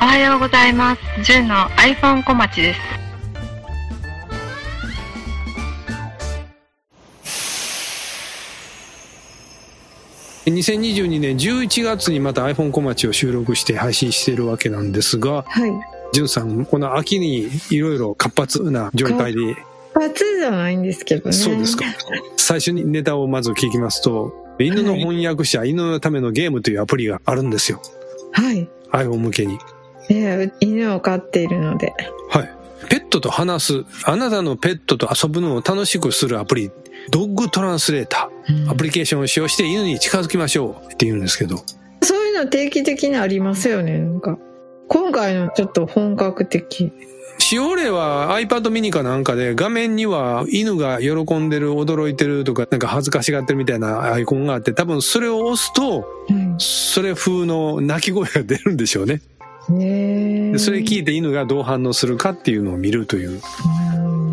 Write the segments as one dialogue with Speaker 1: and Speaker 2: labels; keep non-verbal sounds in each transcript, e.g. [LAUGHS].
Speaker 1: はようございます。10の iPhone 小町です。
Speaker 2: 2022年11月にまた iPhone 小町を収録して配信しているわけなんですが、
Speaker 3: はい。
Speaker 2: じゅんさん、この秋にいろいろ活発な状態で、
Speaker 3: 初じゃないんですけどね。
Speaker 2: そうですか。最初にネタをまず聞きますと、犬の翻訳者、犬のためのゲームというアプリがあるんですよ。
Speaker 3: はい。
Speaker 2: iPhone 向けに。
Speaker 3: いや、う犬を飼っているので。
Speaker 2: はい。ペットと話す、あなたのペットと遊ぶのを楽しくするアプリ、ドッグトランスレーター。アプリケーションを使用して犬に近づきましょうって言うんですけど、
Speaker 3: そういうの定期的にありますよね、なんか。今回のちょっと本格的。
Speaker 2: 使用例は iPad mini かなんかで画面には犬が喜んでる、驚いてるとか、なんか恥ずかしがってるみたいなアイコンがあって、多分それを押すと、
Speaker 3: うん。
Speaker 2: それ風の鳴き声が出るんでしょうね。
Speaker 3: ね
Speaker 2: でそれ聞
Speaker 3: い
Speaker 2: いて犬がどう反応するかっていうのを見るという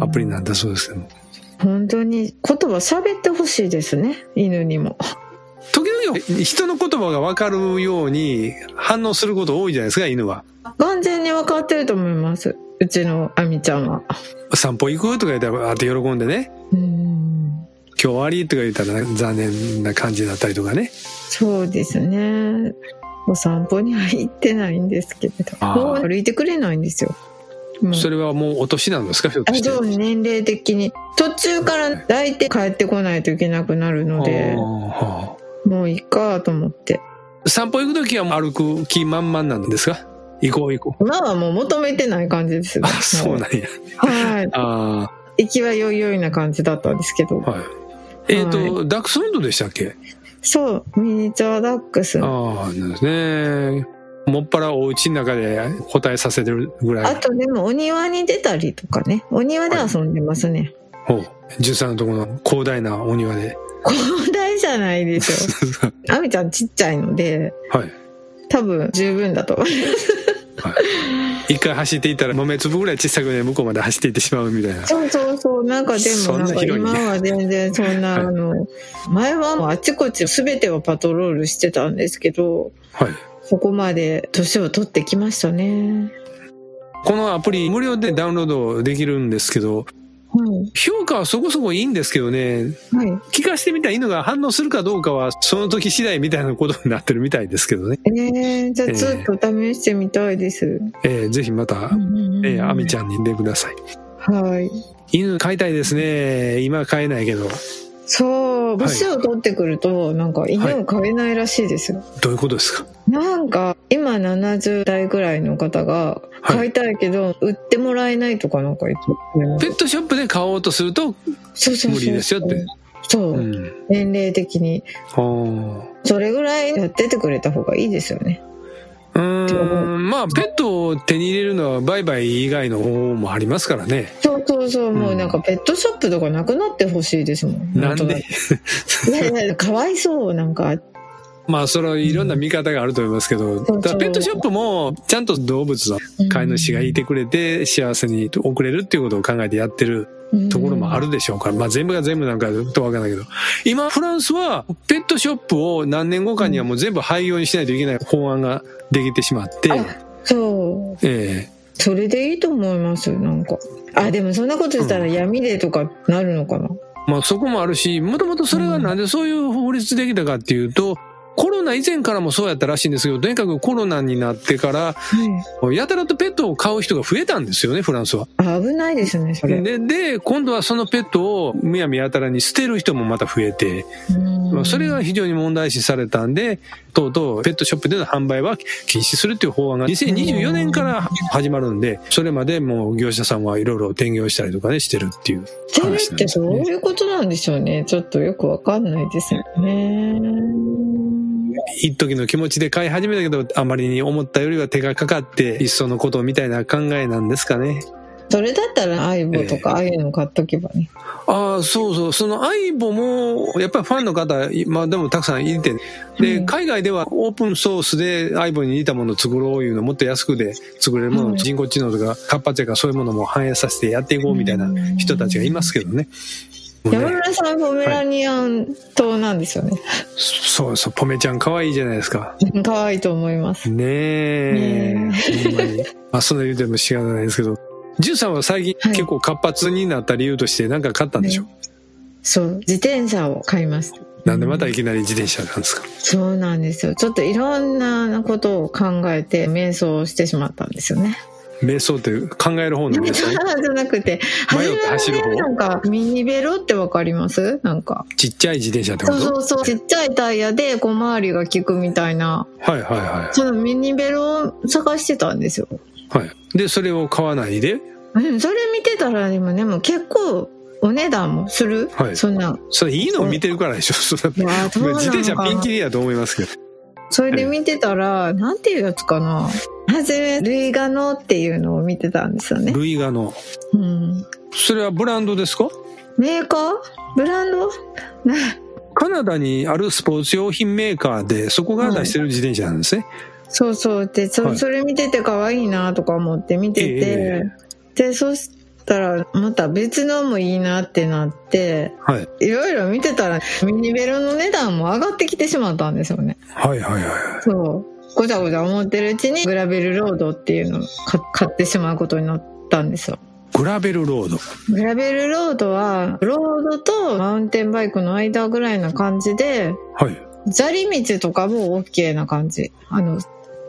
Speaker 2: アプリなんだそうですけども。
Speaker 3: 本当に言葉喋ってほしいですね、犬にも。
Speaker 2: 時々人の言葉がわかるように反応すること多いじゃないですか、犬は。
Speaker 3: 完全に分かってると思います。うちのアミちゃんは。
Speaker 2: 散歩行くとか言ったら、あって喜んでね。
Speaker 3: うん。
Speaker 2: 今日終わりとか言ったら残念な感じだったりとかね。
Speaker 3: そうですね。お散歩には行ってないんですけれど。
Speaker 2: あー
Speaker 3: もう歩いてくれないんですよ。もう
Speaker 2: それはもうお年なんですか、ひょっと
Speaker 3: あ
Speaker 2: して。
Speaker 3: そう年齢的に途中から抱いて帰ってこないといけなくなるので
Speaker 2: あ
Speaker 3: もういいかと思って
Speaker 2: あ散歩行くときはもう歩く気満々なんですか行こう行こう。
Speaker 3: 今はもう求めてない感じですね
Speaker 2: あ、そうなんや。
Speaker 3: はい
Speaker 2: あ
Speaker 3: 行きはよいよいな感じだったんですけど
Speaker 2: あ、はい。えっ、と、ダックスフンドでしたっけ
Speaker 3: そうミニチュアダックスあ
Speaker 2: ああ、なんですね。もっぱらお家の中で答えさせてるぐらい。
Speaker 3: とでもお庭に出たりとかねお庭で遊んでますね
Speaker 2: ほう。13のところの広大なお庭で。 [LAUGHS]
Speaker 3: [LAUGHS] 広大じゃないです
Speaker 2: は
Speaker 3: よアミちゃんちっちゃいので
Speaker 2: い。
Speaker 3: 多分十分だと思います
Speaker 2: 一回走っていったら豆粒ぐらい小さくね向こうまで走っていってしまうみたい [LAUGHS] な
Speaker 3: そうそうそう。なんかで
Speaker 2: そ
Speaker 3: も、
Speaker 2: ん
Speaker 3: な
Speaker 2: なん
Speaker 3: か
Speaker 2: 広いね
Speaker 3: 今は全然そんな、
Speaker 2: はい
Speaker 3: あの、前はもうあちこち全てをパトロールしてたんですけど、
Speaker 2: はい
Speaker 3: ここまで年を取ってきましたね。
Speaker 2: このアプリ無料でダウンロードできるんですけど
Speaker 3: はい。
Speaker 2: 評価はそこそこいいんですけどね
Speaker 3: は
Speaker 2: 聞かしてみた犬が反応するかどうかはその時次第みたいなことになってるみたいですけどね、
Speaker 3: い。えー、じゃあずっと試してみたいです。
Speaker 2: えーぜひまた、えー、アミち
Speaker 3: ゃ
Speaker 2: ゃんに出てください
Speaker 3: ん。はい。
Speaker 2: 犬飼いたいですね今飼えないけど
Speaker 3: そう、年を取ってくると、なんか犬を飼えないらしいですよ。
Speaker 2: どういうことですか
Speaker 3: なんか、今70代ぐらいの方が、
Speaker 2: はい
Speaker 3: 飼いたいけど、売ってもらえないとかなんか言ってます
Speaker 2: ペットショップで飼おうとすると
Speaker 3: そうそうそう
Speaker 2: 無理ですよって。
Speaker 3: そう。
Speaker 2: うん
Speaker 3: 年齢的に
Speaker 2: あー
Speaker 3: それぐらいやっててくれた方がいいですよね
Speaker 2: うーんまあペットを手に入れるのは売買以外の方法もありますからね
Speaker 3: そうそうそう、
Speaker 2: ん
Speaker 3: もうなんかペットショップとかなくなってほしいですもん
Speaker 2: なん
Speaker 3: と
Speaker 2: で
Speaker 3: くいやいやかわいそうなんか
Speaker 2: まあそれはいろんな見方があると思いますけど、
Speaker 3: そう
Speaker 2: ただペットショップもちゃんと動物の飼い主がいてくれて幸せに送れるっていうことを考えてやってるところもあ
Speaker 3: る
Speaker 2: るでしょうから、まあ全部が全部なんかちょっとわかんないけど、今フランスはペットショップを何年後かにはもう全部廃業にしないといけない法案ができてしまって、
Speaker 3: あそう
Speaker 2: え
Speaker 3: それでいいと思いますなんかあでもそんなことしたら闇でとかなるのかな、
Speaker 2: えまあそこもあるし、もともとそれがなんでそういう法律できたかっていうと、コロナ以前からもそうやったらしいんですけど、とにかくコロナになってから、やたらとペットを飼う人が増えたんですよね、フランスは。
Speaker 3: はい危ないですねそれ、
Speaker 2: で、で、今度はそのペットをむやみやたらに捨てる人もまた増えて、
Speaker 3: うん
Speaker 2: まあそれが非常に問題視されたんで、とうとうペットショップでの販売は禁止するという法案が2024年から始まるんで、それまでもう業者さんはいろいろ転業したりとかね、してるっていう。
Speaker 3: それってどういうことなんでしょうねちょっとよくわかんないですよね
Speaker 2: 一時の気持ちで飼い始めたけど、あまりに思ったよりは手がかかって、いっそのことみたいな考えなんですかね。
Speaker 3: それだったら相棒とかああいうの買っとけばね、
Speaker 2: ああ、そうそう。そのアイボも、やっぱりファンの方、まあでもたくさんいて、で、
Speaker 3: うん
Speaker 2: 海外ではオープンソースでアイボに似たものを作ろういうの、もっと安くで作れるもの、
Speaker 3: うん
Speaker 2: 人工知能とか活発やからそういうものも反映させてやっていこうみたいな人たちがいますけどね。もう
Speaker 3: 山
Speaker 2: ね、
Speaker 3: 村さんポメラニアン島なんですよね。
Speaker 2: そうそう、ポメちゃん可愛いじゃないですか。
Speaker 3: 可愛いと思います。
Speaker 2: ねえ。
Speaker 3: ね
Speaker 2: ほんまに。まあ、そんな言うても仕方ないですけど、ジュンさんは最近
Speaker 3: はい
Speaker 2: 結構活発になった理由として何か買ったんでしょ、
Speaker 3: そう、自転車を買いました。
Speaker 2: なんでまたいきなり自転車なんですか、
Speaker 3: そうなんですよ。ちょっといろんなことを考えて瞑想をしてしまったんですよね。
Speaker 2: 瞑想って考える方なんです
Speaker 3: [LAUGHS] じ
Speaker 2: ね。
Speaker 3: ゃなくて、
Speaker 2: 迷って走る方
Speaker 3: 初めはねなんかミニベロってわかりますなんか。
Speaker 2: ちっちゃい自転車ってこ
Speaker 3: そう
Speaker 2: と
Speaker 3: そうそう。ちっちゃいタイヤで小回りが利くみたいな、
Speaker 2: はいはいは
Speaker 3: そのミニベロを探してたんですよ。
Speaker 2: い。はい。で、それを買わないで、
Speaker 3: うん、それ見てたらでもね、もう結構お値段もする。
Speaker 2: はい
Speaker 3: そんな。
Speaker 2: それいいのを見てるからでしょ。そん
Speaker 3: い
Speaker 2: な
Speaker 3: やーどうなのかな
Speaker 2: [LAUGHS] 自転車ピンキリやと思いますけど。
Speaker 3: それで見てたら、なんていうやつかな。はじめ、類画のっていうのを見てたんですよね。
Speaker 2: ルイガの。
Speaker 3: うん。
Speaker 2: それはブランドですか
Speaker 3: メーカーブランドな
Speaker 2: カナダにあるスポーツ用品メーカーで、そこが出してる自転車なんですね。
Speaker 3: そうそう。で、そ,、
Speaker 2: はい
Speaker 3: それ見てて可愛いなとか思って見て
Speaker 2: え
Speaker 3: て、で、そしたら、また別のもいいなってなって、
Speaker 2: はい。
Speaker 3: いろいろ見てたら、ミニベロの値段も上がってきてしまったんですよね。
Speaker 2: はいはいはい。
Speaker 3: そう。ごちゃごちゃ思ってるうちに、グラベルロードっていうのをか買ってしまうことになったんですよ。
Speaker 2: グラベルロード。
Speaker 3: グラベルロードは、ロードとマウンテンバイクの間ぐらいな感じで、
Speaker 2: はい。
Speaker 3: 砂利道とかも OK な感じ。あの、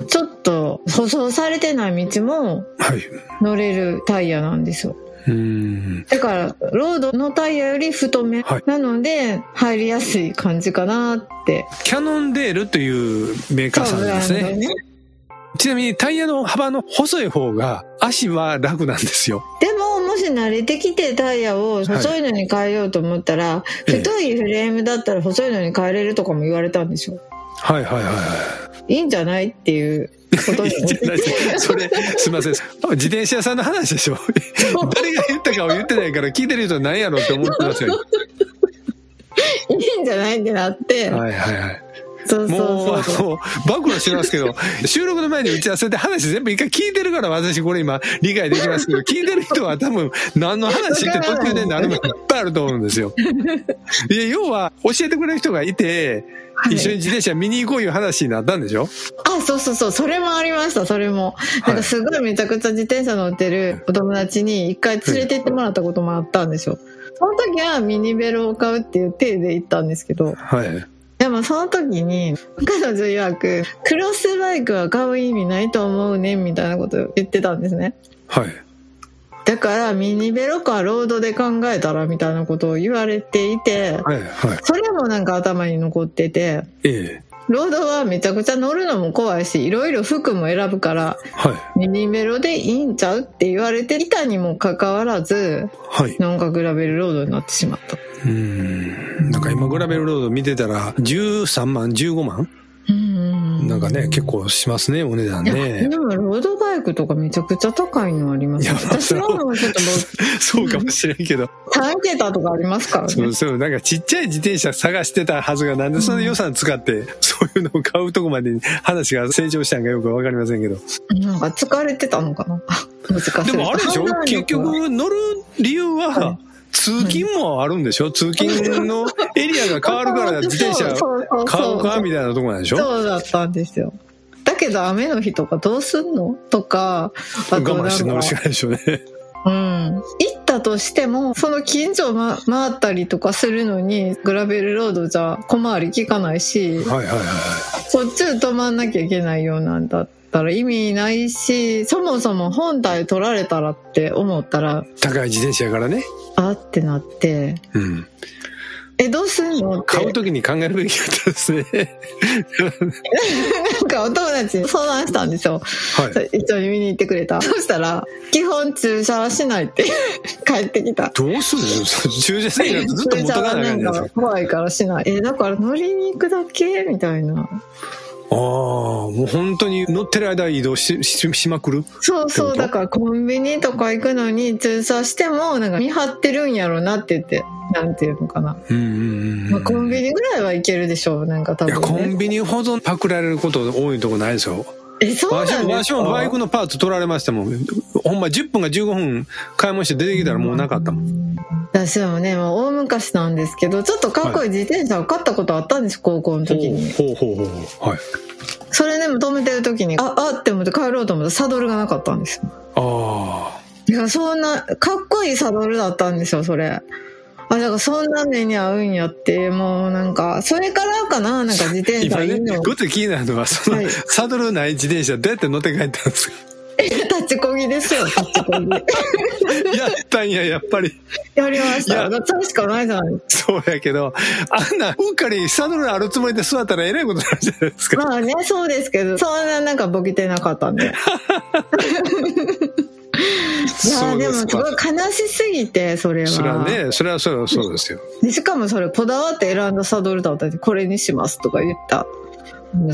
Speaker 3: ちょっと舗装されてない道も
Speaker 2: はい。
Speaker 3: 乗れるタイヤなんですよ。
Speaker 2: うーん。
Speaker 3: だから、ロードのタイヤより太め
Speaker 2: はい
Speaker 3: なので、入りやすい感じかなって。
Speaker 2: キャノンデールというメーカーさんです
Speaker 3: そうブラン
Speaker 2: ね。
Speaker 3: ド
Speaker 2: ちなみにタイヤの幅の細い方が足は楽なんですよ。
Speaker 3: でも、もし慣れてきてタイヤを細いのに変えようと思ったら、
Speaker 2: ええ
Speaker 3: 太いフレームだったら細いのに変えれるとかも言われたんでしょ。
Speaker 2: はいはいはいはい
Speaker 3: いんじゃないっていうこ
Speaker 2: い。
Speaker 3: と
Speaker 2: い
Speaker 3: に [LAUGHS]
Speaker 2: いんじゃ [LAUGHS] ないですかそれ、すいません。自転車屋さんの話でしょ。誰が言ったかを言ってないから聞いてる人何やろうって思ってますよ。
Speaker 3: いいんじゃないってなって、
Speaker 2: はいはいはい。
Speaker 3: そうそう
Speaker 2: もう、
Speaker 3: そう
Speaker 2: あ
Speaker 3: そう。
Speaker 2: の、暴露してますけど、収録の前に打ち合わせで話全部一回聞いてるから私これ今理解でき
Speaker 3: [LAUGHS]
Speaker 2: ますけど、聞いてる人は多分何の話って途中でなるのいっぱいあると思うんですよ。いや、要は教えてくれる人がいて、
Speaker 3: はい
Speaker 2: 一緒に自転車見に行こういう話になったんでしょ
Speaker 3: あ、そうそうそう、それもありました、それも。なんかすごいめちゃくちゃ自転車乗ってるお友達に一回連れて行ってもらったこともあったんですよ。その時はミニベロを買うっていう体で行ったんですけど、
Speaker 2: はい。
Speaker 3: でもその時に彼女曰く、クロスバイクは買う意味ないと思うね、みたいなことを言ってたんですね。
Speaker 2: はい。
Speaker 3: だからミニベロかロードで考えたらみたいなことを言われていて、
Speaker 2: はい。はい。
Speaker 3: それもなんか頭に残ってて、
Speaker 2: ええ。
Speaker 3: ロードはめちゃくちゃ乗るのも怖いし、いろいろ服も選ぶから、
Speaker 2: はい。
Speaker 3: ミニベロでいいんちゃうって言われていたにもかかわらず、
Speaker 2: はい。
Speaker 3: なんかグラベルロードになってしまった。
Speaker 2: うーん。なんか今グラベルロード見てたら、13万、15万なんかね、結構しますね、お値段
Speaker 3: いや [LAUGHS]
Speaker 2: ね。
Speaker 3: でもロードバイクとかめちゃくちゃ高いのありますよ
Speaker 2: いやまあ
Speaker 3: 私の
Speaker 2: そう
Speaker 3: もちょっとも
Speaker 2: そうかもしれんけど。
Speaker 3: う3桁とかありますから
Speaker 2: そ
Speaker 3: ね
Speaker 2: う。そう。なんかちっちゃい自転車探してたはずが、なんでその予算使って、そういうのを買うとこまでに話が成長したんかよくわかりませんけど。
Speaker 3: なんか疲れてたのかな。難しい。
Speaker 2: でもあれでしょ
Speaker 3: 判断
Speaker 2: 結
Speaker 3: 力は
Speaker 2: 局乗る理由
Speaker 3: は
Speaker 2: は、通勤もあるんでしょ通勤のエリアが変わるから自転車
Speaker 3: [LAUGHS] そうそうそう
Speaker 2: 買おうかみたいなとこなんでしょ
Speaker 3: そうだったんですよ。だけど雨の日とかどうすんのとか、あと
Speaker 2: 我慢して乗る
Speaker 3: なん
Speaker 2: し
Speaker 3: か
Speaker 2: かないでしょうね。
Speaker 3: うん。行ったとしても、その近所を、ま、回ったりとかするのに、グラベルロードじゃ小回り効かないし、
Speaker 2: はいはいは
Speaker 3: こっちを止まんなきゃいけないようなんだったら意味ないし、そもそも本体取られたらって思ったら、
Speaker 2: い。高い自転車やからね。
Speaker 3: あってなって、
Speaker 2: うん。
Speaker 3: え、どうすんのって。
Speaker 2: 買うときに考えるべきだったですね。
Speaker 3: なんかお友達に相談したんですよ。
Speaker 2: はい。
Speaker 3: 一緒に見に行ってくれた。そしたら、基本駐車はしないって帰ってきた。
Speaker 2: どうするのその駐車制限ずっと
Speaker 3: 駐
Speaker 2: 持っとか
Speaker 3: 車は
Speaker 2: なあか
Speaker 3: なんん
Speaker 2: じゃないです
Speaker 3: か
Speaker 2: か。
Speaker 3: 怖いからしない。え、だから乗りに行くだけみたいな。
Speaker 2: ああ、もう本当に乗ってる間移動しししまくる
Speaker 3: そうそ
Speaker 2: ってこと
Speaker 3: う、だからコンビニとか行くのに駐車しても、なんか見張ってるんやろなって言って、なんていうのかな。
Speaker 2: うんうんうん。
Speaker 3: まあ、コンビ
Speaker 2: ニ
Speaker 3: ニぐらいは行けるでしょう、なんか多
Speaker 2: いや、コ
Speaker 3: 分、
Speaker 2: ン
Speaker 3: ね。
Speaker 2: ビニほどパクられること多いとこないですよ。
Speaker 3: え、そう
Speaker 2: 私
Speaker 3: なんです
Speaker 2: も
Speaker 3: か
Speaker 2: 私もバイクのパーツ取られましたもん。ほんま10分か15分買い物して出てきたらもうなかったもん。
Speaker 3: 私はね、もう大昔なんですけど、ちょっとかっこいい自転車を買ったことあったんです、高校の時に。
Speaker 2: ほうほうほうほう。はい。
Speaker 3: それでも止めてる時に、あ、あって思って帰ろうと思ったらサドルがなかったんですよ。
Speaker 2: あ
Speaker 3: いや、そんな、かっこいいサドルだったんですよ、それ。あ、だからそんな目に合うんやって、もうなんか、それからかな、なんか
Speaker 2: あ。
Speaker 3: 自転
Speaker 2: 今
Speaker 3: 車いい
Speaker 2: ね
Speaker 3: の、。
Speaker 2: ごつ気になるのは、その、
Speaker 3: はい
Speaker 2: サドルない自転車どうやって乗って帰ったんです
Speaker 3: [LAUGHS]
Speaker 2: か
Speaker 3: 立ちこぎですよ、立ちこぎ。
Speaker 2: [LAUGHS] やったんや、やっぱり。
Speaker 3: やりまし
Speaker 2: いや
Speaker 3: た。だそれしかないじゃない
Speaker 2: そうやけど、あんな、うっかりサドルあるつもりで座ったらえらいことになるじゃないですか。
Speaker 3: まあね、そうですけど、そんななんかボケてなかったんで。い
Speaker 2: [LAUGHS] そ
Speaker 3: や
Speaker 2: う
Speaker 3: ですもすごい悲しすぎて、それは。
Speaker 2: それはね、それはそれはそうですよ。
Speaker 3: でしかもそれこだわって選んだサドルだったんで、これにしますとか言った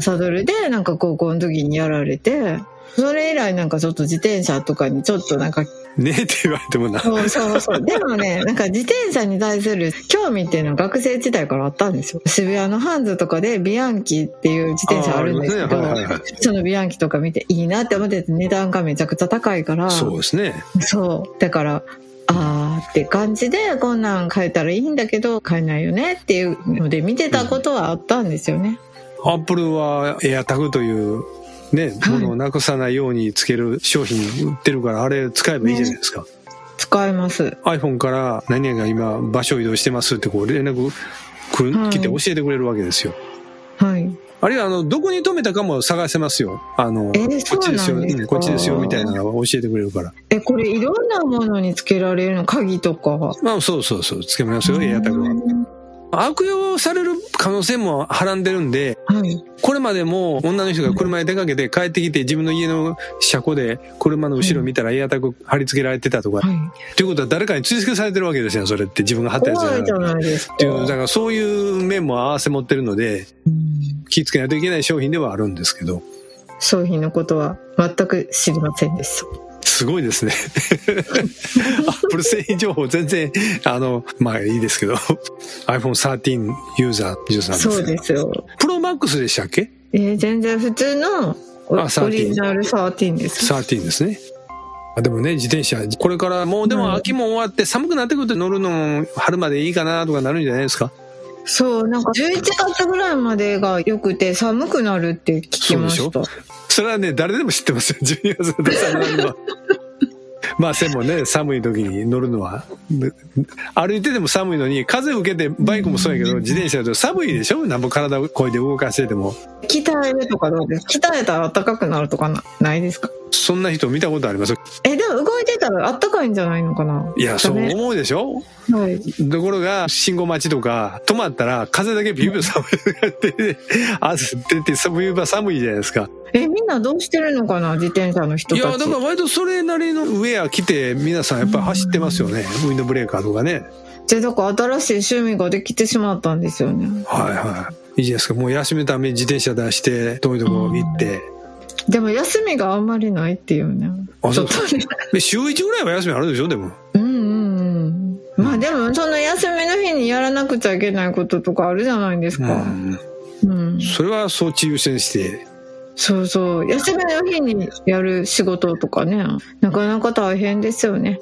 Speaker 3: サドルで、なんか高校の時にやられて、それ以来なんかちょっと自転車とかにちょっ
Speaker 2: [LAUGHS]
Speaker 3: となんか、
Speaker 2: ねえって言われてもな。
Speaker 3: そうそうそう。でもね、なんか自転車に対する興味っていうのは学生時代からあったんですよ。渋谷のハンズとかでビアンキっていう自転車あるんですけ
Speaker 2: あ
Speaker 3: ど、
Speaker 2: ーありますねはいはいは
Speaker 3: そのビアンキとか見ていいなって思ってて値段がめちゃくちゃ高いから、
Speaker 2: そうですね。
Speaker 3: そう。だから、あーって感じで、こんなん買えたらいいんだけど、買えないよねっていうので見てたことはあったんですよね。
Speaker 2: アップルはエアタグという、ね、
Speaker 3: はい
Speaker 2: ものをなくさないようにつける商品売ってるから、あれ使えばいいじゃないですか。
Speaker 3: 使います。
Speaker 2: iPhone から何々が今場所移動してますってこう連絡くる
Speaker 3: はい
Speaker 2: 来て教えてくれるわけですよ。
Speaker 3: はい。
Speaker 2: あるいはあの、どこに止めたかも探せますよ。あの、
Speaker 3: えー
Speaker 2: こっちです
Speaker 3: そう
Speaker 2: よ、
Speaker 3: なんですか
Speaker 2: うんこっちですよみたいなのが教えてくれるから。
Speaker 3: え、これいろんなものにつけられるの鍵とかは。
Speaker 2: まあそうそうそう、つけますよ、エアタグは。悪用される可能性もはらんでるんで、
Speaker 3: はい。
Speaker 2: これまでも女の人が車に出かけて帰ってきて自分の家の車庫で車の後ろ見たらエアタグ貼り付けられてたとか、
Speaker 3: はい。
Speaker 2: ということは誰かに追跡されてるわけですよ、それって自分が貼ったやつ
Speaker 3: 怖いじ
Speaker 2: じ
Speaker 3: ゃ
Speaker 2: ゃない。
Speaker 3: ないですか
Speaker 2: っ。ていう、だからそういう面も合わせ持ってるので、
Speaker 3: うん
Speaker 2: 気ぃつけないといけない商品ではあるんですけど、
Speaker 3: 商品のことは全く知りませんでした。
Speaker 2: すごいですね。アップル製品情報全然、あの、まあいいですけど、iPhone13 ユーザー、13です。
Speaker 3: そうですよ。
Speaker 2: プロマックスでしたっけ
Speaker 3: えー全然普通のオ
Speaker 2: あ13
Speaker 3: オリジナル13です。
Speaker 2: 13ですね。あでもね、自転車、これからもうで
Speaker 3: うん
Speaker 2: も秋も終わって寒くなってくると乗るの春までいいかなとかなるんじゃないですか。
Speaker 3: そう、なんか11月ぐらいまでが良くて寒くなるって聞きま
Speaker 2: そうで
Speaker 3: した。
Speaker 2: それはね、誰でも知ってますよ。12月の寒くなる [LAUGHS] のは。まあ、せもね、寒い時に乗るのは、ぬ歩いてても寒いのに、風受けて、バイクもそうやけど、自転車だと寒いでしょなんぼ体をこいで動かしてても。
Speaker 3: 鍛えるとかどうです鍛えたら暖かくなるとかなないですか
Speaker 2: そんな人見たことあります
Speaker 3: え、でも動いてたら暖かいんじゃないのかないい
Speaker 2: や、そう思うでしょ
Speaker 3: はい。
Speaker 2: ところが、信号待ちとか、止まったら、風だけビュービュー寒いって、汗出て、寒いは寒いじゃないですか。
Speaker 3: え、みんなどうしてるのかな自転車の人
Speaker 2: い
Speaker 3: たち。
Speaker 2: や、だから割とそれなりのウェア着て、皆さんやっぱり走ってますよね。ウィンドブレーカーとかね。
Speaker 3: じゃあだから新しい趣味ができてしまったんですよね。
Speaker 2: はいはい。いいじゃないですか。もう休みのために自転車出して、遠いとこ行って。
Speaker 3: でも休みがあんまりないっていうね。
Speaker 2: あそう
Speaker 3: ちょっとね
Speaker 2: で週1ぐらいは休みあるでしょでも。
Speaker 3: うんうんうん。まあでも、その休みの日にやらなくちゃいけないこととかあるじゃないです
Speaker 2: う
Speaker 3: か。
Speaker 2: ん。
Speaker 3: うん。
Speaker 2: それはそっち優先して。 [LAUGHS]
Speaker 3: そうそう。休みの日にやる仕事とかね、なかなか大変ですよね。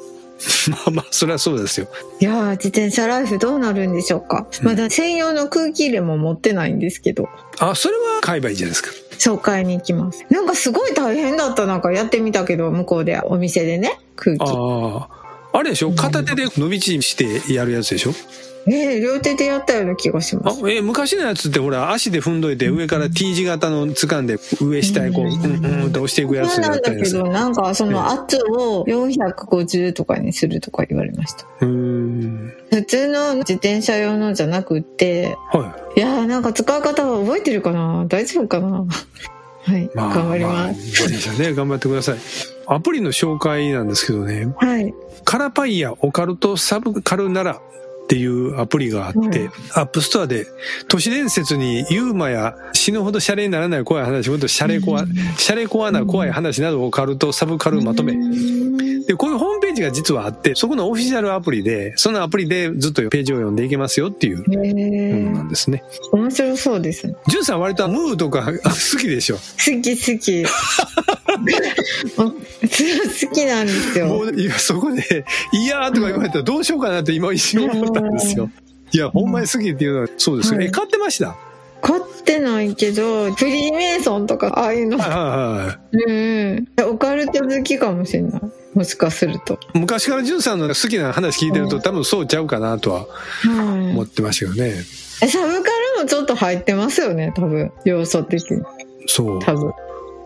Speaker 2: まあまあ、それはそうですよ。
Speaker 3: いやー、自転車ライフどうなるんでしょうか。まだ専用の空気入れも持ってないんですけど、
Speaker 2: あ、それは買えばいいじゃないですか。
Speaker 3: 紹介に行きます。なんかすごい大変だった。なんかやってみたけど、向こうでお店でね、空気。
Speaker 2: ああ。あれでしょ片手で伸び縮みしてやるやつでしょ
Speaker 3: ええ両手でやったような気がしま
Speaker 2: あ
Speaker 3: す。
Speaker 2: えー昔のやつってほら足で踏んどいて上から T 字型の掴んで上下へこううんうんって押していくやつ
Speaker 3: そう
Speaker 2: や
Speaker 3: な
Speaker 2: っ
Speaker 3: ん
Speaker 2: た
Speaker 3: だ
Speaker 2: や
Speaker 3: け
Speaker 2: つ
Speaker 3: ど、なんかそ
Speaker 2: ええ
Speaker 3: の圧を450とかにするとか言われました。
Speaker 2: うーん
Speaker 3: 普通の自転車用のじゃなくって、
Speaker 2: はい
Speaker 3: やーなんか使い方は覚えてるかな大丈夫かなはい、
Speaker 2: いまあ
Speaker 3: 頑張り
Speaker 2: まあ
Speaker 3: ます。
Speaker 2: 自転車ね頑張ってくださいアプリの紹介なんですけどね
Speaker 3: はい。
Speaker 2: カラパイやオカルトサブカルならっていうアプリがあって、
Speaker 3: うん
Speaker 2: アップストアで都市伝説にユーマや死ぬほどシャレにならない怖い話、ほんとシャレコア、
Speaker 3: うん
Speaker 2: シャレコアな怖い話などをカルト、サブカルまとめ。で、こういうホームページが実はあって、そこのオフィシャルアプリで、そのアプリでずっとページを読んでいけますよっていうも
Speaker 3: へ
Speaker 2: のな
Speaker 3: え
Speaker 2: んですね。
Speaker 3: 面白そうですね
Speaker 2: ジュンさん割とムーとか [LAUGHS] 好きでしょ。
Speaker 3: 好き好きもう好きなんです
Speaker 2: も
Speaker 3: よ
Speaker 2: う、いや、そこで、いやーとか言われたらどうしようかなって今一瞬思ったんですよ。いや、ほんまに好きっていうのは、そうですよ。
Speaker 3: はい
Speaker 2: え、買ってました
Speaker 3: 凝ってないけどフリーメイソンとかああいうの
Speaker 2: はいはいは
Speaker 3: うんオカルト好きかもしれないもしかすると
Speaker 2: い。昔からジュンさんの好きな話聞いてると多分そうちゃうかなとは
Speaker 3: は
Speaker 2: 思ってましたけどね。
Speaker 3: いサブカルもちょっと入ってますよね多分要素的に
Speaker 2: そう。
Speaker 3: 多分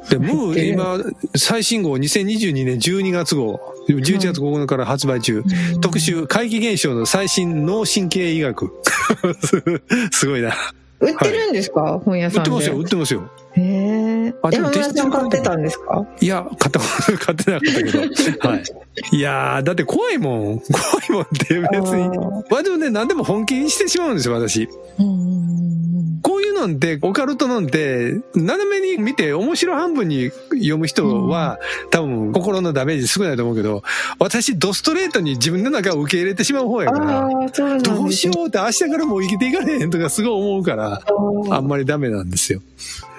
Speaker 2: で、ムー
Speaker 3: 入ってる
Speaker 2: 今、最新号2022年12月号、11月9日から発売中。特集、怪奇現象の最新脳神経医学。 [LAUGHS] すごいな。
Speaker 3: 売ってるんですか、本屋
Speaker 2: 売っ
Speaker 3: さん
Speaker 2: て
Speaker 3: で
Speaker 2: ますよ、売ってますよ。
Speaker 3: へえ
Speaker 2: あでも
Speaker 3: 山村さん買ってたんですか
Speaker 2: いや、買ったこと、買ってなかったけ
Speaker 3: [LAUGHS]
Speaker 2: ど。はい。いやー、だって怖いもん。怖いもんって別に。割とね、何でも本気にしてしまうんですよ、私。
Speaker 3: うん
Speaker 2: こういうのって、オカルトのって、斜めに見て面白半分に読む人は、多分心のダメージ少ないと思うけど、私、ドストレートに自分の中を受け入れてしまう方やから
Speaker 3: あ、あそうなんですね
Speaker 2: どうしようって明日からもう生きていかれへんとかすごい思うから、あんまりダメなんですよ。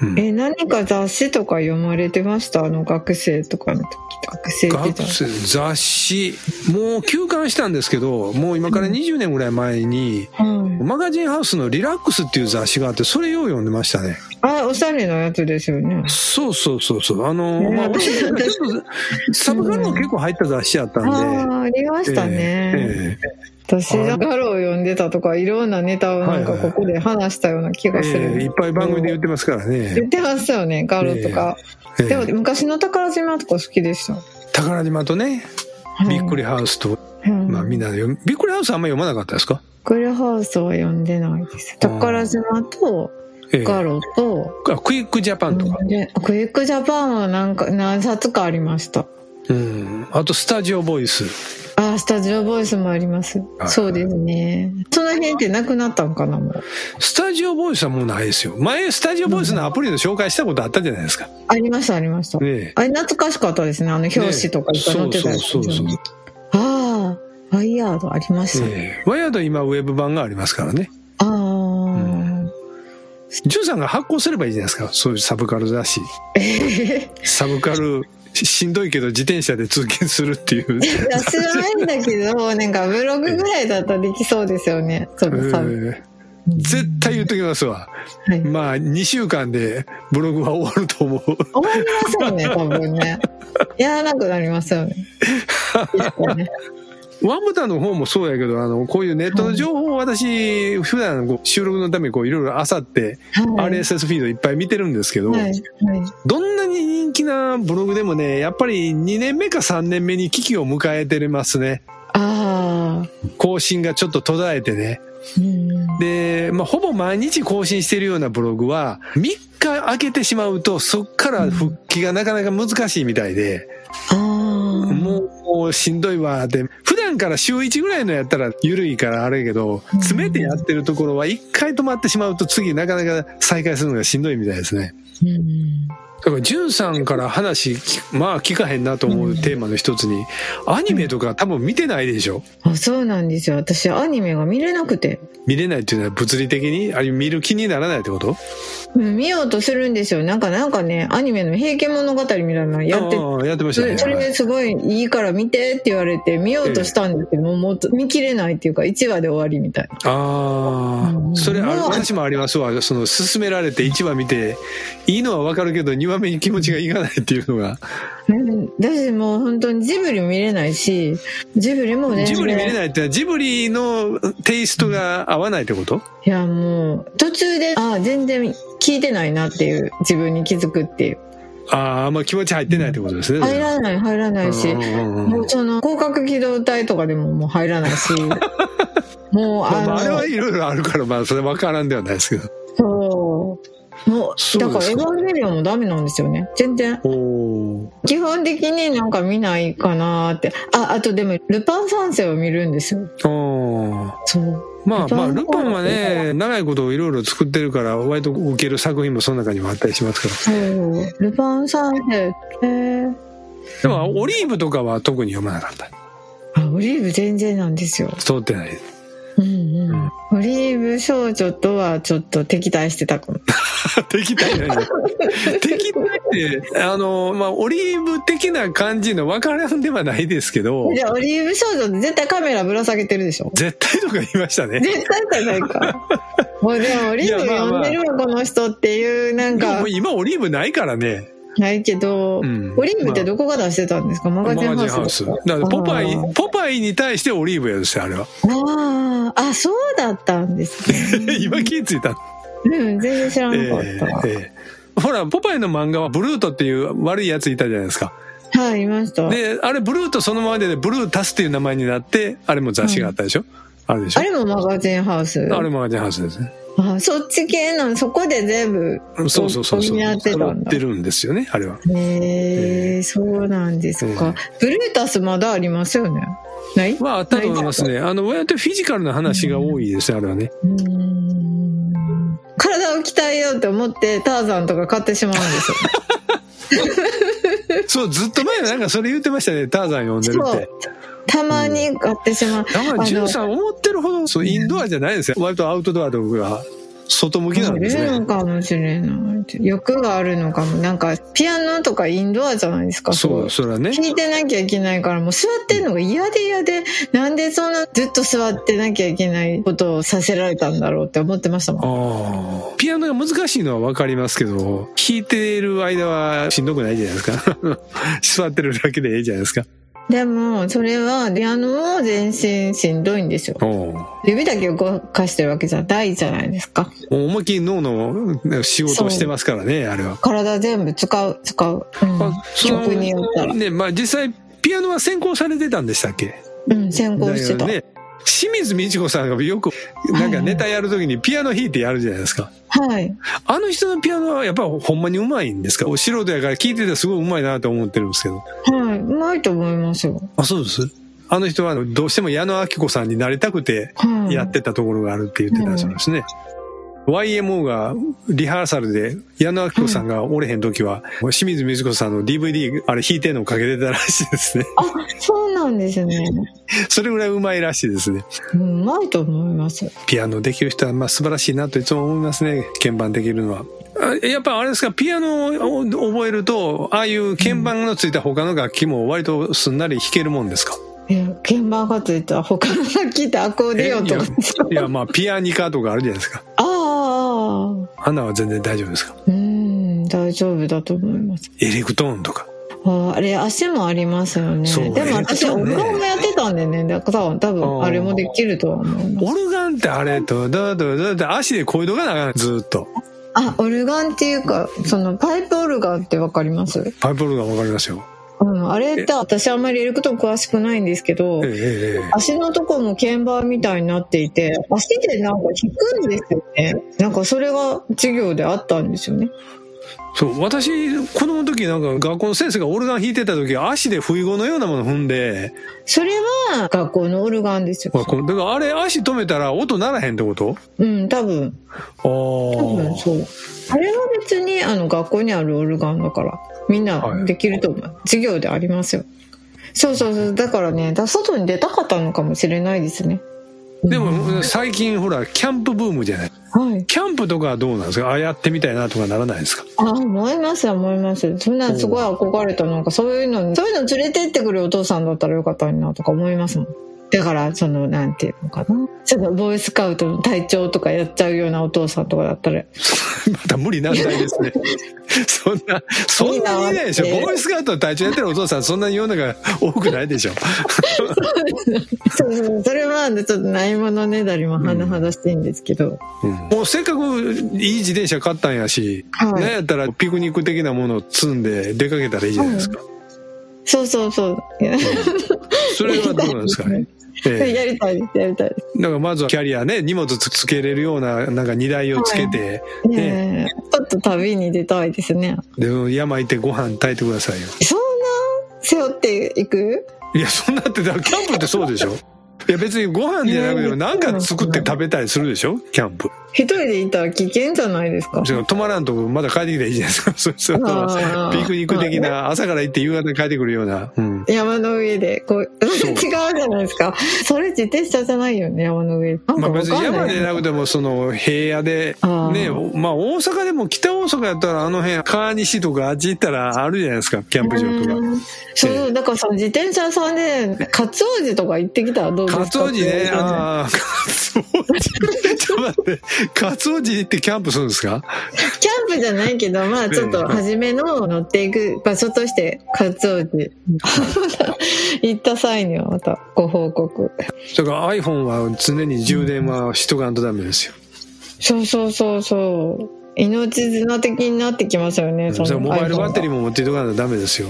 Speaker 2: うん
Speaker 3: え何か雑誌とか読まれてましたあの学生とかの時学生時
Speaker 2: 学
Speaker 3: 代
Speaker 2: 生雑誌もう休刊したんですけどもう今から20年ぐらい前に
Speaker 3: はい
Speaker 2: マガジンハウスの「リラックス」っていう雑誌があってそれよう読んでましたね
Speaker 3: あおしゃれなやつですよね
Speaker 2: そうそうそうそうあの、
Speaker 3: ね
Speaker 2: まあ、おしゃれなちょっとサブカルも結構入った雑誌やった
Speaker 3: ああ
Speaker 2: んで
Speaker 3: ーありました
Speaker 2: え
Speaker 3: ね、
Speaker 2: ええ
Speaker 3: 私がガロを読んでたとかいろんなネタをなんかここで話したような気がする、
Speaker 2: ええいっぱい番組で言ってますから
Speaker 3: 言
Speaker 2: ね、
Speaker 3: ってますよねガロとか、
Speaker 2: ええ
Speaker 3: でも昔の宝島とか好きでした、
Speaker 2: 宝島とねびっくりハウスと、
Speaker 3: り、うん
Speaker 2: まあ、みんな読みびっくりハウスあんまり読まなかったですか、
Speaker 3: ビックリハウスは読んでないです宝島と
Speaker 2: ええ
Speaker 3: ガロと、
Speaker 2: あクイックジャパンとか、
Speaker 3: でクイックジャパンはなんか何冊かありました
Speaker 2: うん、あとスタジオボイス
Speaker 3: あスタジオボイスもあります
Speaker 2: はい
Speaker 3: そうですねその辺ってなくなったんかなもう
Speaker 2: スタジオボイスはもうないですよ。前、スタジオボイスのアプリの紹介したことあったじゃないですか。
Speaker 3: ありましたありました、
Speaker 2: ねえ。
Speaker 3: あれ懐かしかったですねあの表紙とかいっぱい載ってたやつ、
Speaker 2: そうそうそうそ
Speaker 3: ああワイヤードありましたね、
Speaker 2: ねえワイヤード今ウェブ版がありますからね。
Speaker 3: ああ、 [LAUGHS]
Speaker 2: ジュンさんが発行すればいいじゃないですか。そういうサブカル雑誌。
Speaker 3: え
Speaker 2: サブカル、ししんどいけど自転車で通勤するっていう。
Speaker 3: ー、私はないんだけ
Speaker 2: [LAUGHS]
Speaker 3: どなんかブログぐらいだったらできそうですよねそ
Speaker 2: え
Speaker 3: のさ、
Speaker 2: ー絶対言っときますわ。
Speaker 3: はい
Speaker 2: まあ、2週間でブログは終わると思う。
Speaker 3: 思いますよ
Speaker 2: [LAUGHS]
Speaker 3: ね、多分ね。やらなくなりますよね。一個ね
Speaker 2: ワンボタンの方もそうやけど、あの、こういうネットの情報を私、普段こう収録のためにこういろいろ漁って、
Speaker 3: はい
Speaker 2: RSS フィードいっぱい見てるんですけど、
Speaker 3: はい。はい。
Speaker 2: どんなに人気なブログでもね、やっぱり2年目か3年目に危機を迎えてますね。
Speaker 3: ああ。
Speaker 2: 更新がちょっと途絶えてね。
Speaker 3: うん。
Speaker 2: で、まあ、ほぼ毎日更新してるようなブログは、3日空けてしまうと、そっから復帰がなかなか難しいみたいで、
Speaker 3: ああ。
Speaker 2: もう、もうしんどいわ、って。普段から週1ぐらいのやったら緩いからあれやけど、
Speaker 3: うん
Speaker 2: 詰めてやってるところは1回止まってしまうと、次なかなか再開するのがしんどいみたいですね。
Speaker 3: うん。
Speaker 2: だから、ジュンさんから話き、まあ、聞かへんなと思うテーマの一つに、アニメとか多分見てないでしょ
Speaker 3: あ、そうなんですよ。私、アニメが見れなくて。
Speaker 2: 見れないっていうのは物理的にあれ見る気にならないってこと
Speaker 3: うん、見ようとするんですよ。なんか、なんかね、アニメの平家物語みたいなのやって
Speaker 2: ああやってまし
Speaker 3: そ
Speaker 2: たね。
Speaker 3: れそれですごいいいから見てって言われて見ようとしたんですけど、もう見切れないっていうか1話で終わりみたいな
Speaker 2: あ
Speaker 3: う
Speaker 2: あ、
Speaker 3: ん
Speaker 2: それ、あ
Speaker 3: もう
Speaker 2: 私もありますわ。その、勧められて1話見て、いいのはわかるけど、2話目に気持ちがいかないっていうのが。
Speaker 3: うん私もう本当にジブリも見れないしジブリもね
Speaker 2: ジブリ見れないってのは、ジブリのテイストが合わないってこと
Speaker 3: いやもう途中であ全然聞いてないなっていう自分に気づくっていう
Speaker 2: ああ、あんま気持ち入ってないってことですね。
Speaker 3: 入らない入らないし
Speaker 2: うんうんうんうん
Speaker 3: もうその広角機動隊とかでももう入らな
Speaker 2: [LAUGHS]
Speaker 3: いしもう
Speaker 2: まあ
Speaker 3: あ
Speaker 2: まあ、あれ
Speaker 3: の
Speaker 2: はいろいろあるから、まあ、それわからんではないですけど。
Speaker 3: そうもう
Speaker 2: そ
Speaker 3: だ
Speaker 2: う
Speaker 3: か
Speaker 2: で
Speaker 3: ら「エ
Speaker 2: す
Speaker 3: ヴ
Speaker 2: か
Speaker 3: ァンゲリオン」もダメなんですよね全然
Speaker 2: おー
Speaker 3: 基本的になんか見ないかなってああとでも「ルパン三世」を見るんですよ
Speaker 2: あーうん
Speaker 3: そう。
Speaker 2: まあ
Speaker 3: ジョン
Speaker 2: まあ、ルパンはね、長いこといろいろ作ってるから、割と受ける作品もその中にはあったりしますから。
Speaker 3: そう。ルパン三世。えー、
Speaker 2: でも、オリーブとかは特に読まなかった。
Speaker 3: あ、オリーブ全然なんですよ。
Speaker 2: 通ってない。
Speaker 3: うんう
Speaker 2: うん
Speaker 3: ん。オリーブ少女とはちょっと敵対してたかも。
Speaker 2: 敵対ない
Speaker 3: [LAUGHS]
Speaker 2: ね。敵対って、あの、まあ、オリーブ的な感じの分からんではないですけど、
Speaker 3: じゃあ、オリーブ少女って絶対カメラぶら下げてるでしょ
Speaker 2: 絶対とか言いましたね。
Speaker 3: 絶対じゃない
Speaker 2: [LAUGHS]
Speaker 3: か。もうでも、オリーブ
Speaker 2: いやまあま
Speaker 3: 呼ん
Speaker 2: あ
Speaker 3: でるわ、この人っていう、なん
Speaker 2: でもも
Speaker 3: か
Speaker 2: う、今オリーブないからね。
Speaker 3: ないけど、
Speaker 2: うん
Speaker 3: オリーブってどこが出してたんですかマ
Speaker 2: まあ
Speaker 3: ガジン
Speaker 2: マガジン
Speaker 3: ハ
Speaker 2: ハ
Speaker 3: ウ
Speaker 2: ウ
Speaker 3: ス
Speaker 2: ス。
Speaker 3: と
Speaker 2: だ
Speaker 3: か
Speaker 2: からポパ
Speaker 3: あ
Speaker 2: イ
Speaker 3: ー、
Speaker 2: ポパイに対してオリーブやですよ、あれは。。
Speaker 3: あーあ、そうだったんです、ね
Speaker 2: [LAUGHS] 今気づいた。
Speaker 3: うん、全然知ら
Speaker 2: え
Speaker 3: なかった。
Speaker 2: えええほら、ポパイの漫画はブルートっていう悪いやついたじゃないですか。
Speaker 3: はい、いました。
Speaker 2: で、あれブルートそのままで、ね、ブルータスっていう名前になって、あれも雑誌があったでしょ、あれでしょ
Speaker 3: あれもマガジンハウス。
Speaker 2: あれマガジンハウスですね。
Speaker 3: あそっち系なの、そこで全部。
Speaker 2: そうそうそうそ
Speaker 3: こ
Speaker 2: う。
Speaker 3: こにやってたんだ
Speaker 2: 揃ってるんですよね、あれは。
Speaker 3: へえそうなんです
Speaker 2: う
Speaker 3: か
Speaker 2: ん。
Speaker 3: ブルータスまだありますよね。ない
Speaker 2: まあ、あったと思いますね。あの、やってフィジカルな話が多いですね、あれはね。
Speaker 3: うーん体を鍛えようと思ってターザンとか買ってしまうんですよ。
Speaker 2: そう、ずっと前なんかそれ言ってましたね、ターザン呼ん [LAUGHS] でるっ
Speaker 3: そ
Speaker 2: て
Speaker 3: う。。たまに買ってしまう。
Speaker 2: だから、
Speaker 3: あの
Speaker 2: ジュンさん思ってるほど、そう、インドアじゃないんですよ。割とアウトドアとか、外向きなんです
Speaker 3: 売れる
Speaker 2: ね
Speaker 3: の。かもしれない。欲があるのかも。なんか、ピアノとかインドアじゃないですか。
Speaker 2: そう、
Speaker 3: す
Speaker 2: それはね
Speaker 3: ご。い弾いてなきゃいけないから、もう座ってんのが嫌で嫌で、なんでそんなずっと座ってなきゃいけないことをさせられたんだろうって思ってましたもん。
Speaker 2: ああ。ピアノが難しいのはわかりますけど、弾いてる間はしんどくないじゃないですか。 [LAUGHS] 座ってるだけでいいじゃないですか。
Speaker 3: でも、それは、ピアノも全身しんどいんですよ。
Speaker 2: お
Speaker 3: 指だけ動かしてるわけじゃないじゃないですか。
Speaker 2: 思いっきり脳の仕事をしてますからね、あれは。
Speaker 3: 体全部使う使う、うん
Speaker 2: まあその
Speaker 3: 曲によったら、
Speaker 2: ね、まあ実際、ピアノは専攻されてたんでしたっけ
Speaker 3: うん、先行してた、
Speaker 2: だよね。清水美智子さんがよく、なんかネタやるときにピアノ弾いてやるじゃないですか。
Speaker 3: はい
Speaker 2: あの人のピアノはやっぱほんまにうまいんですかお素人やから聞いててすごいうまいなと思ってるんですけど。
Speaker 3: はいうまいと思いますよ、
Speaker 2: あ、そうですあの人はどうしても矢野明子さんになりたくて
Speaker 3: はい、
Speaker 2: やってたところがあるって言ってたそうですね。YMO がリハーサルで矢野明子さんがおれへん時は、清水美智子さんの DVD あれ弾いてんのをかけてたらしいですね。
Speaker 3: あそうなんですね
Speaker 2: それぐらいうまいらしいですね。
Speaker 3: うんうまいと思います
Speaker 2: ピアノできる人はまあ素晴らしいなといつも思いますね鍵盤できるのはあやっぱあれですかピアノを覚えるとああいう鍵盤のついた他の楽器も割とすんなり弾けるもんですか、
Speaker 3: いや鍵盤かといったら他の楽器ってアコーディオンとか
Speaker 2: いやまあピアニカとかあるじゃないですか
Speaker 3: ああ
Speaker 2: 花は全然大丈夫ですか
Speaker 3: うん大丈夫だと思います
Speaker 2: エレクトーンとか
Speaker 3: ああれ足もありますよね
Speaker 2: そう
Speaker 3: でも私
Speaker 2: そう
Speaker 3: 音
Speaker 2: ね
Speaker 3: 楽もやってたん
Speaker 2: [LAUGHS]
Speaker 3: でねだから多分あれもできるとは思います
Speaker 2: オルガンってあれとだだだだ足でこいどかなあかんずーっと
Speaker 3: あ、オルガンっていうか、そのパイプオルガンってわかります
Speaker 2: パイプオルガンわかりますよ
Speaker 3: うん、あれって私あんまりエレクトーン詳しくないんですけど
Speaker 2: ええ、えええ
Speaker 3: 足のとこも鍵盤みたいになっていて、足でなんか弾くんですよね。なんかそれが授業であったんですよね。
Speaker 2: えそう私子供の時なんか学校の先生がオルガン弾いてた時足で不意語のようなもの踏んで
Speaker 3: それは学校のオルガンですよ
Speaker 2: ほ。らこのだからあれ足止めたら音ならへんってこと
Speaker 3: うん、多分、
Speaker 2: あ
Speaker 3: 多分
Speaker 2: あ。
Speaker 3: そう。あれは別にあの学校にあるオルガンだから、みん
Speaker 2: は
Speaker 3: ないできると思う。授業でありますよ。そうそうそう。だからね、だ外に出たかったのかもしれないですね。
Speaker 2: で
Speaker 3: うん
Speaker 2: も最近ほら、キャンプブームじゃない。
Speaker 3: はい。
Speaker 2: キャンプとかはどうなんですかああやってみたいなとかならないですか [LAUGHS]
Speaker 3: あ、思います、思います。そんなんすごい憧れた。なんかそういうの、そういうの連れてってくるお父さんだったらよかったのになとか思いますもん。だから、その、なんていうのかな。その、ボーイスカウトの隊長とかやっちゃうようなお父さんとかだったら。
Speaker 2: また無理難題です
Speaker 3: [LAUGHS]
Speaker 2: ね。そんな、そんなにいないでしょ。
Speaker 3: いいなって
Speaker 2: ボーイスカウトの隊長やってるお父さん、そんなに世の中多くないで
Speaker 3: [LAUGHS]
Speaker 2: しょ。
Speaker 3: そうそうそれは、ちょっとないものねだりも甚だしいんですけど。
Speaker 2: うんもうせっかくいい自転車買ったんやし、
Speaker 3: は
Speaker 2: なん
Speaker 3: い。
Speaker 2: やったらピクニック的なものを積んで出かけたらいいじゃないですか。
Speaker 3: そうそうそう。
Speaker 2: それはどうなんですかね。ええ
Speaker 3: やりた [LAUGHS] いです、やりたいで
Speaker 2: だからまずはキャリアね、荷物つつけれるような、なんか荷台をつけて、
Speaker 3: す。ねえちょっと旅に出たいですね。
Speaker 2: で、山行ってご飯炊いてくださいよ。
Speaker 3: そんな、背負っていく
Speaker 2: いや、そんなって、だからキャンプってそうでしょいや別にご飯じゃなくても
Speaker 3: ね
Speaker 2: なんか作って食べたりするでしょキャンプ。
Speaker 3: 一人でいたら危険じゃないですか
Speaker 2: その泊まらんとこまだ帰ってきたらいいじゃないですか。 [LAUGHS] そうそうそう。
Speaker 3: あー
Speaker 2: ピクニック的な朝から行って夕方に帰ってくるような。うん。
Speaker 3: 山の上でこう
Speaker 2: そう
Speaker 3: [LAUGHS] 違うじゃないですかそれ自転車じゃないよね山の上なん
Speaker 2: ま
Speaker 3: か
Speaker 2: あ
Speaker 3: わ
Speaker 2: 別に
Speaker 3: かん
Speaker 2: 山
Speaker 3: ない
Speaker 2: でなくてもその平野で
Speaker 3: あー
Speaker 2: ね、まあ大阪でも北大阪やったらあの辺川西とかあっち行ったらあるじゃないですか、キャンプ場とか。
Speaker 3: うんそうそうだからその自転車屋さんでカツオジとか行ってきたらどうですか
Speaker 2: カツオジ
Speaker 3: って
Speaker 2: ね、
Speaker 3: 言わ
Speaker 2: ああ、カツオジ。ちょっと待って、カツオジ行ってキャンプするんですか
Speaker 3: れてキャンプじゃないけどまあちょっと初めの乗っていく場所としてカツオジ行った際にはまたご報告
Speaker 2: だから iPhone は常に充電はしとかんとダメですよ。
Speaker 3: そうそうそうそう命綱的になってきますよね
Speaker 2: それ
Speaker 3: の
Speaker 2: モバイルバッテリー
Speaker 3: ー
Speaker 2: も持っていとかんとダメですよ。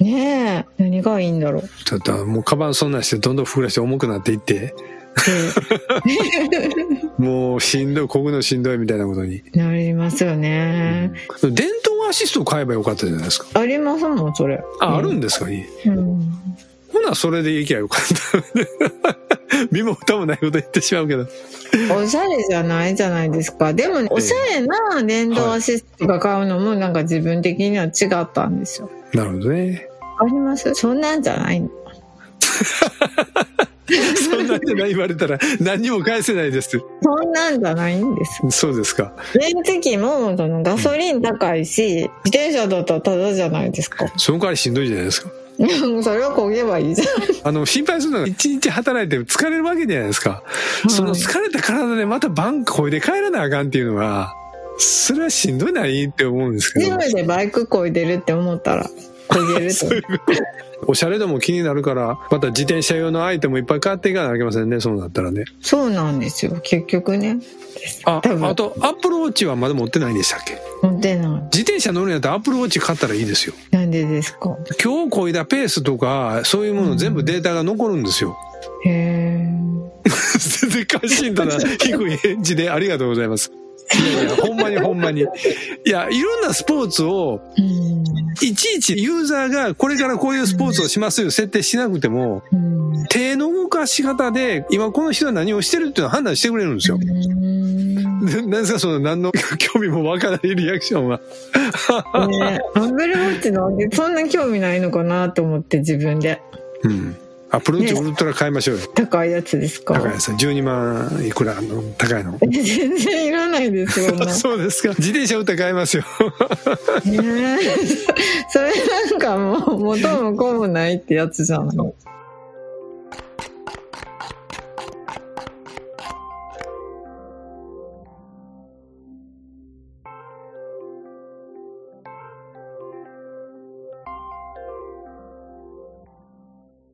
Speaker 3: ねえ何がいいんだろう
Speaker 2: ちょっともうカバンそんなんしてどんどん膨らして重くなっていって、もうしんどい、こぐのしんどいみたいなことに。
Speaker 3: なりますよね。
Speaker 2: 電動アシスト買えばよかったじゃないですか。
Speaker 3: ありますもん、それ。
Speaker 2: あ、ある
Speaker 3: ん
Speaker 2: んですかね。
Speaker 3: うん。
Speaker 2: ほな、それで行きゃよかった。 [LAUGHS] 身も蓋もないこと言ってしまうけど。
Speaker 3: おしゃれじゃないじゃないですか。でも、おしゃれな電動アシストが買うのも、なんか自分的には違ったんですよ。
Speaker 2: なるほどね。
Speaker 3: ありますそんなんじゃないの。
Speaker 2: そんなんじゃない言われたら何にも返せないです。
Speaker 3: そんなんじゃないんです。
Speaker 2: そうですか。
Speaker 3: 電池機も、そのガソリン高いし、自転車だったらタダじゃないですか。 [LAUGHS]
Speaker 2: その代わりしんどいじゃないですか。
Speaker 3: それをこげばいいじゃん。
Speaker 2: あの、心配するのが一日働いて疲れるわけじゃないですか。その疲れた体でまたバンクこいで帰らなあかんっていうのは、それはしんどいないって思うんですけ
Speaker 3: ジ
Speaker 2: ど
Speaker 3: ム。でバイクこいでるって思ったら、こげると
Speaker 2: [LAUGHS] そうい。うおしゃれ度も気になるから、また自転車用のアイテムいっぱい買っていかなきゃいけませんね、そうなったらね。
Speaker 3: そうなんですよ。結局ね。
Speaker 2: あ、
Speaker 3: 多分
Speaker 2: あと、アップルウォッチはまだ持ってないんでしたっけ
Speaker 3: 持てな
Speaker 2: 自転車乗るんやったらアップルウォッチ買ったらいいですよ。
Speaker 3: い。なんでですか
Speaker 2: 今日こいだペースとか、そういうもの全部データが残るんですよ。
Speaker 3: へえ。
Speaker 2: 全然関心度な低い返事でありがとうございます。いやいや、ほんまにほんまに。いや、いろんなスポーツを、
Speaker 3: うん
Speaker 2: いちいちユーザーがこれからこういうスポーツをしますよ、設定しなくても、
Speaker 3: うん
Speaker 2: 手の動かし方で、今この人は何をしてるっていうのを判断してくれるんですよ。
Speaker 3: うん
Speaker 2: で何ですか、その何の [LAUGHS] 興味もわからないリアクションは。
Speaker 3: ね、アップルウォッチなんてそんな興味ないのかなと思って自分で
Speaker 2: うん。アプローチ
Speaker 3: ね
Speaker 2: ウルトラ買いましょうよ。
Speaker 3: 高いやつですか
Speaker 2: 高いです。12万いくらの高いの。
Speaker 3: 全然いらないですよ、ね、
Speaker 2: そうですか。自転車売ったら買いますよ。
Speaker 3: [LAUGHS] それなんかもう元も子もないってやつじゃない